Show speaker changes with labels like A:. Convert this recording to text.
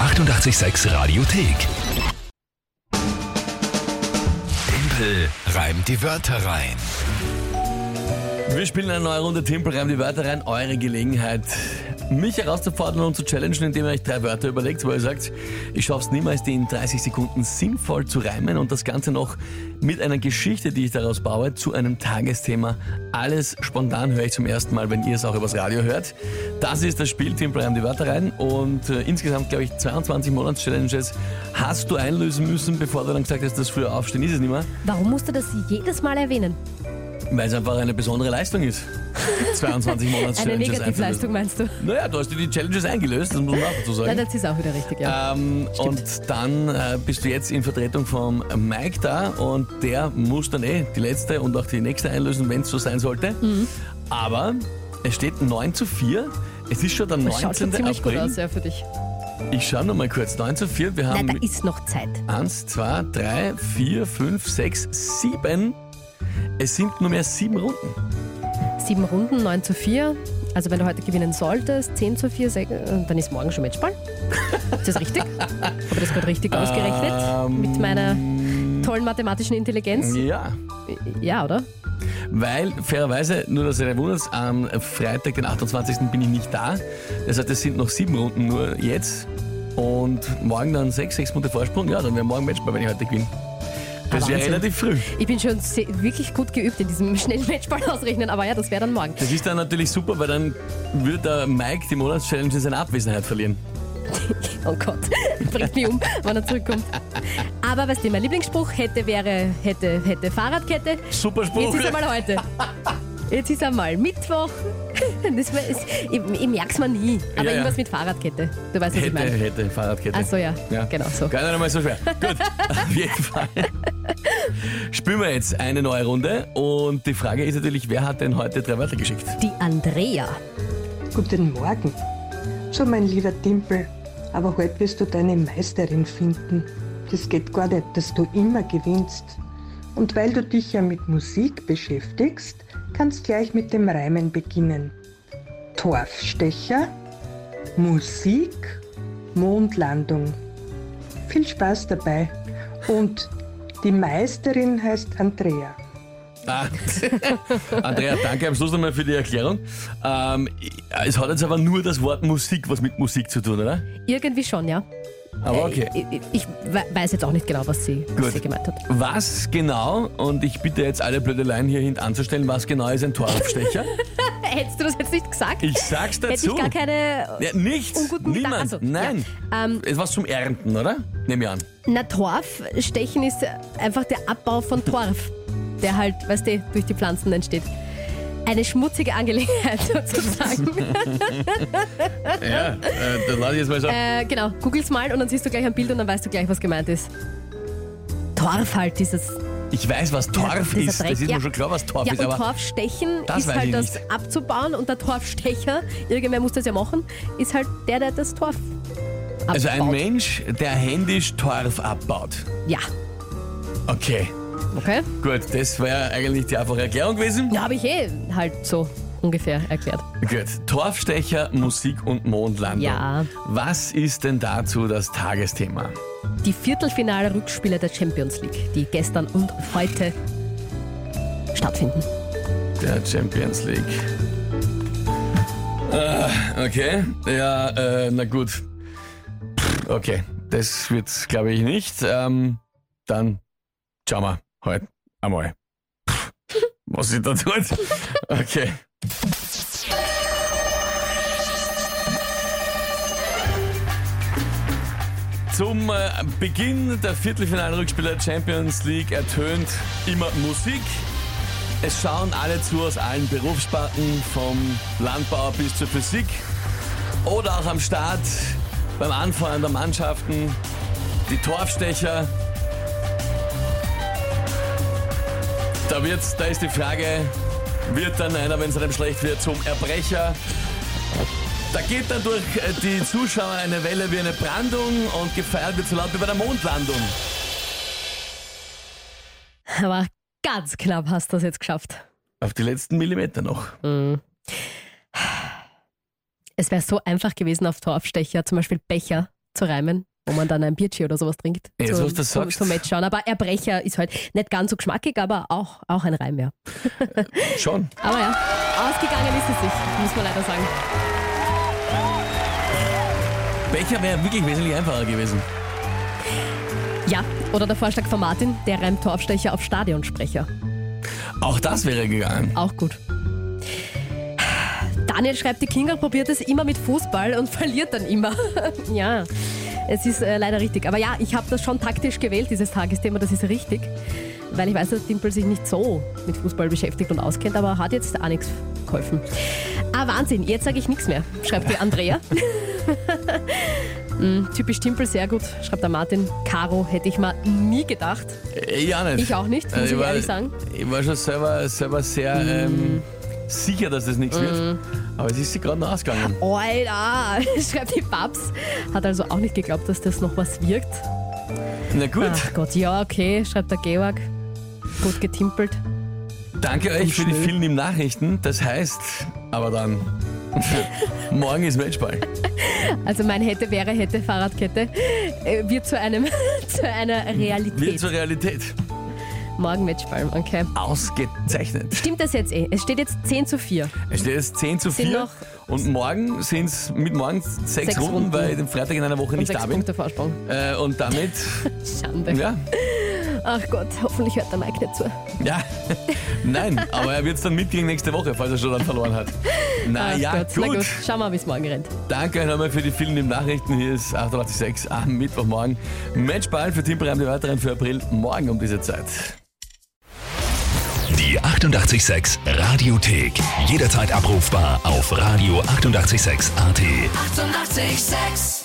A: 886 Radiothek. Tempel reimt die Wörter rein.
B: Wir spielen eine neue Runde Timpel, reimt die Wörter rein. Eure Gelegenheit, mich herauszufordern und zu challengen, indem ihr euch drei Wörter überlegt, wo ihr sagt, ich schaff's niemals, die in 30 Sekunden sinnvoll zu reimen und das Ganze noch mit einer Geschichte, die ich daraus baue, zu einem Tagesthema. Alles spontan höre ich zum ersten Mal, wenn ihr es auch übers Radio hört. Das ist das Spiel Timpel, reimt die Wörter rein und äh, insgesamt, glaube ich, 22 Monats-Challenges hast du einlösen müssen, bevor du dann gesagt hast, das früher aufstehen ist es nicht mehr.
C: Warum musst du das jedes Mal erwähnen?
B: Weil es einfach eine besondere Leistung ist. 22 Monats
C: Eine
B: Challenges
C: Negativleistung meinst du?
B: einzulösen. Naja, du hast dir die Challenges eingelöst, das muss man auch dazu
C: Nein,
B: sagen.
C: das ist auch wieder richtig, ja.
B: Ähm, und dann äh, bist du jetzt in Vertretung vom Mike da und der muss dann eh die letzte und auch die nächste einlösen, wenn es so sein sollte.
C: Mhm.
B: Aber es steht 9 zu 4. Es ist schon der
C: Das schaut schon
B: 19.
C: ziemlich
B: April.
C: gut aus, ja, für dich.
B: Ich schaue nochmal kurz. 9 zu 4. Wir
C: Nein,
B: haben
C: da ist noch Zeit.
B: 1, 2, 3, 4, 5, 6, 7. Es sind nur mehr sieben Runden.
C: Sieben Runden, 9 zu 4. Also wenn du heute gewinnen solltest, 10 zu 4, sech- äh, dann ist morgen schon Matchball. Ist das richtig? Habe ich das gerade richtig ausgerechnet?
B: Ähm,
C: Mit meiner tollen mathematischen Intelligenz?
B: Ja.
C: Ja, oder?
B: Weil, fairerweise, nur dass ihr nicht wundert, am Freitag, den 28. bin ich nicht da. Das heißt, es sind noch sieben Runden nur jetzt. Und morgen dann sechs, sechs Punkte Vorsprung. Ja, dann wäre morgen Matchball, wenn ich heute gewinne. Das
C: Ah,
B: wäre
C: Wahnsinn.
B: relativ früh.
C: Ich bin schon se- wirklich gut geübt in diesem schnellen Matchball ausrechnen, aber ja, das wäre dann morgen.
B: Das ist dann natürlich super, weil dann würde der Mike die Monatschallenge in seiner Abwesenheit verlieren.
C: Oh Gott, bringt mich um, wenn er zurückkommt. Aber weißt du, mein Lieblingsspruch hätte, wäre, hätte, hätte Fahrradkette.
B: Super Spruch.
C: Jetzt ist einmal heute. Jetzt ist einmal Mittwoch. Das war, es- ich, ich merk's mir nie. Aber
B: Ja, ja.
C: irgendwas mit Fahrradkette. Du weißt, was ich
B: Hätte,
C: meine.
B: hätte, Fahrradkette.
C: Ach so, ja. Genau so.
B: Gar nicht einmal so schwer. Gut, auf jeden Fall. Spielen wir jetzt eine neue Runde. Und die Frage ist natürlich, wer hat denn heute drei Wörter geschickt?
C: Die Andrea.
D: Guten Morgen. So, mein lieber Timpel, aber heute wirst du deine Meisterin finden. Das geht gar nicht, dass du immer gewinnst. Und weil du dich ja mit Musik beschäftigst, kannst gleich mit dem Reimen beginnen. Torfstecher, Musik, Mondlandung. Viel Spaß dabei. Und die Meisterin heißt Andrea.
B: Ah, Andrea, danke am Schluss nochmal für die Erklärung. Ähm, es hat jetzt aber nur das Wort Musik was mit Musik zu tun, oder?
C: Irgendwie schon, ja. Äh,
B: Aber okay.
C: Ich, ich, ich we- weiß jetzt auch nicht genau, was sie,
B: Gut.
C: was sie gemeint hat.
B: Was genau, und ich bitte jetzt alle Blödeleien hier hinten anzustellen, was genau ist ein Toraufstecher?
C: Hättest du das jetzt nicht gesagt?
B: Ich sag's
C: Hätte
B: dazu.
C: ich gar keine
B: ja, nichts.
C: unguten Gedanken-
B: Niemand.
C: Also,
B: Nein.
C: ja. Ähm,
B: Es war zum Ernten, oder? Nehme ich an.
C: Na, Torfstechen ist einfach der Abbau von Torf, der halt, weißt du, durch die Pflanzen entsteht. Eine schmutzige Angelegenheit sozusagen.
B: Ja, äh, das lasse ich jetzt mal so.
C: äh, genau, googles mal und dann siehst du gleich ein Bild und dann weißt du gleich, was gemeint ist. Torf halt, dieses.
B: Ich weiß, was Torf
C: dieser
B: ist.
C: Dreck,
B: Das ist
C: ja.
B: mir schon klar, was Torf
C: ja,
B: ist.
C: und
B: Aber
C: Torfstechen
B: Das
C: ist
B: weiß ich
C: halt das
B: nicht.
C: abzubauen und der Torfstecher, irgendwer muss das ja machen, ist halt der, der das Torf abbaut.
B: also ein Mensch, der händisch Torf abbaut.
C: Ja,
B: Okay.
C: okay.
B: Gut, das wäre eigentlich die einfache Erklärung gewesen.
C: Ja, habe ich eh halt so ungefähr erklärt.
B: Gut, Torfstecher, Musik und Mondlandung.
C: Ja.
B: Was ist denn dazu das Tagesthema?
C: Die Viertelfinale-Rückspiele der Champions League, die gestern und heute stattfinden.
B: Der Champions League. Ah, okay, ja, äh, na gut. Pff, Okay, das wird's, glaube ich, nicht. Ähm, dann schauen wir heute einmal. Pff, Was ich da tut. Okay. Zum äh, Beginn der Viertelfinalrückspieler Champions League ertönt immer Musik. Es schauen alle zu aus allen Berufssparten, vom Landbau bis zur Physik oder auch am Start, beim Anfeuern der Mannschaften, die Torfstecher. Da, wird, da ist die Frage, wird dann einer, wenn es einem schlecht wird, zum Erbrecher? Da geht dann durch äh, die Zuschauer eine Welle wie eine Brandung und gefeiert wird so laut wie bei der Mondlandung.
C: Aber ganz knapp hast du das jetzt geschafft.
B: Auf die letzten Millimeter noch.
C: Es wäre so einfach gewesen auf Torfstecher, zum Beispiel Becher zu reimen, wo man dann ein Bierchen oder sowas trinkt.
B: Jetzt,
C: zum,
B: was du
C: zum,
B: sagst.
C: zum Match schauen. Aber Erbrecher ist halt nicht ganz so geschmackig, aber auch, auch ein Reim, ja.
B: Schon.
C: Aber ja, ausgegangen ist es sich, muss man leider sagen.
B: Becher wäre wirklich wesentlich einfacher gewesen.
C: Ja, oder der Vorschlag von Martin, der reimt Torfstecher auf Stadionsprecher.
B: Auch das wäre gegangen.
C: Auch gut. Daniel schreibt, die Kinga probiert es immer mit Fußball und verliert dann immer. ja, es ist äh, leider richtig. Aber ja, ich habe das schon taktisch gewählt, dieses Tagesthema, das ist richtig. Weil ich weiß, dass Dimpel sich nicht so mit Fußball beschäftigt und auskennt, aber hat jetzt auch nichts geholfen. Ah, Wahnsinn, jetzt sage ich nichts mehr, schreibt die Andrea. Mm, Typisch Timpel, sehr gut, schreibt der Martin. Caro hätte ich mal nie gedacht.
B: Äh, Ja, nicht.
C: Ich auch nicht, muss
B: Äh,
C: ich ehrlich sagen. Mhm.
B: Ich war schon selber, selber sehr ähm, sicher, dass das nichts wird. Aber es ist sie gerade noch ausgegangen.
C: Alter, schreibt die Babs. Hat also auch nicht geglaubt, dass das noch was wirkt.
B: Na gut,
C: Ach Gott, ja, okay, schreibt der Georg. Gut getimpelt.
B: danke euch für die vielen lieben Nachrichten. Das heißt, aber dann, morgen ist Matchball.
C: Also mein hätte, wäre, hätte Fahrradkette äh, wird zu einem zu einer
B: Wird
C: Realität.
B: zur Realität.
C: Morgen Matchball, okay.
B: Ausgezeichnet.
C: Stimmt das jetzt eh? Es steht jetzt 10 zu 4.
B: Es steht jetzt 10 zu
C: Sind
B: 4.
C: noch-
B: Und morgen sind es mit morgen 6
C: Sechs
B: Runden,
C: Runden.
B: weil ich am Freitag in einer Woche
C: Und
B: nicht da
C: sechs
B: bin.
C: Punkte Vorsprung.
B: Äh, und damit,
C: Schande.
B: ja, Ah,
C: Ach Gott, hoffentlich hört der Mike nicht zu.
B: Ja, nein, aber er wird es dann mitkriegen nächste Woche, falls er schon dann verloren hat. Na
C: Ach
B: ja,
C: Gott.
B: gut.
C: Na gut, schauen wir mal, wie es morgen rennt.
B: Danke euch nochmal für die vielen lieben Nachrichten. Hier ist 886 am Mittwochmorgen. Matchball für Team Bremen, die weiteren für April, morgen um diese Zeit.
A: Die 886 Radiothek. Jederzeit abrufbar auf radio886.at. 886! 886.
E: 886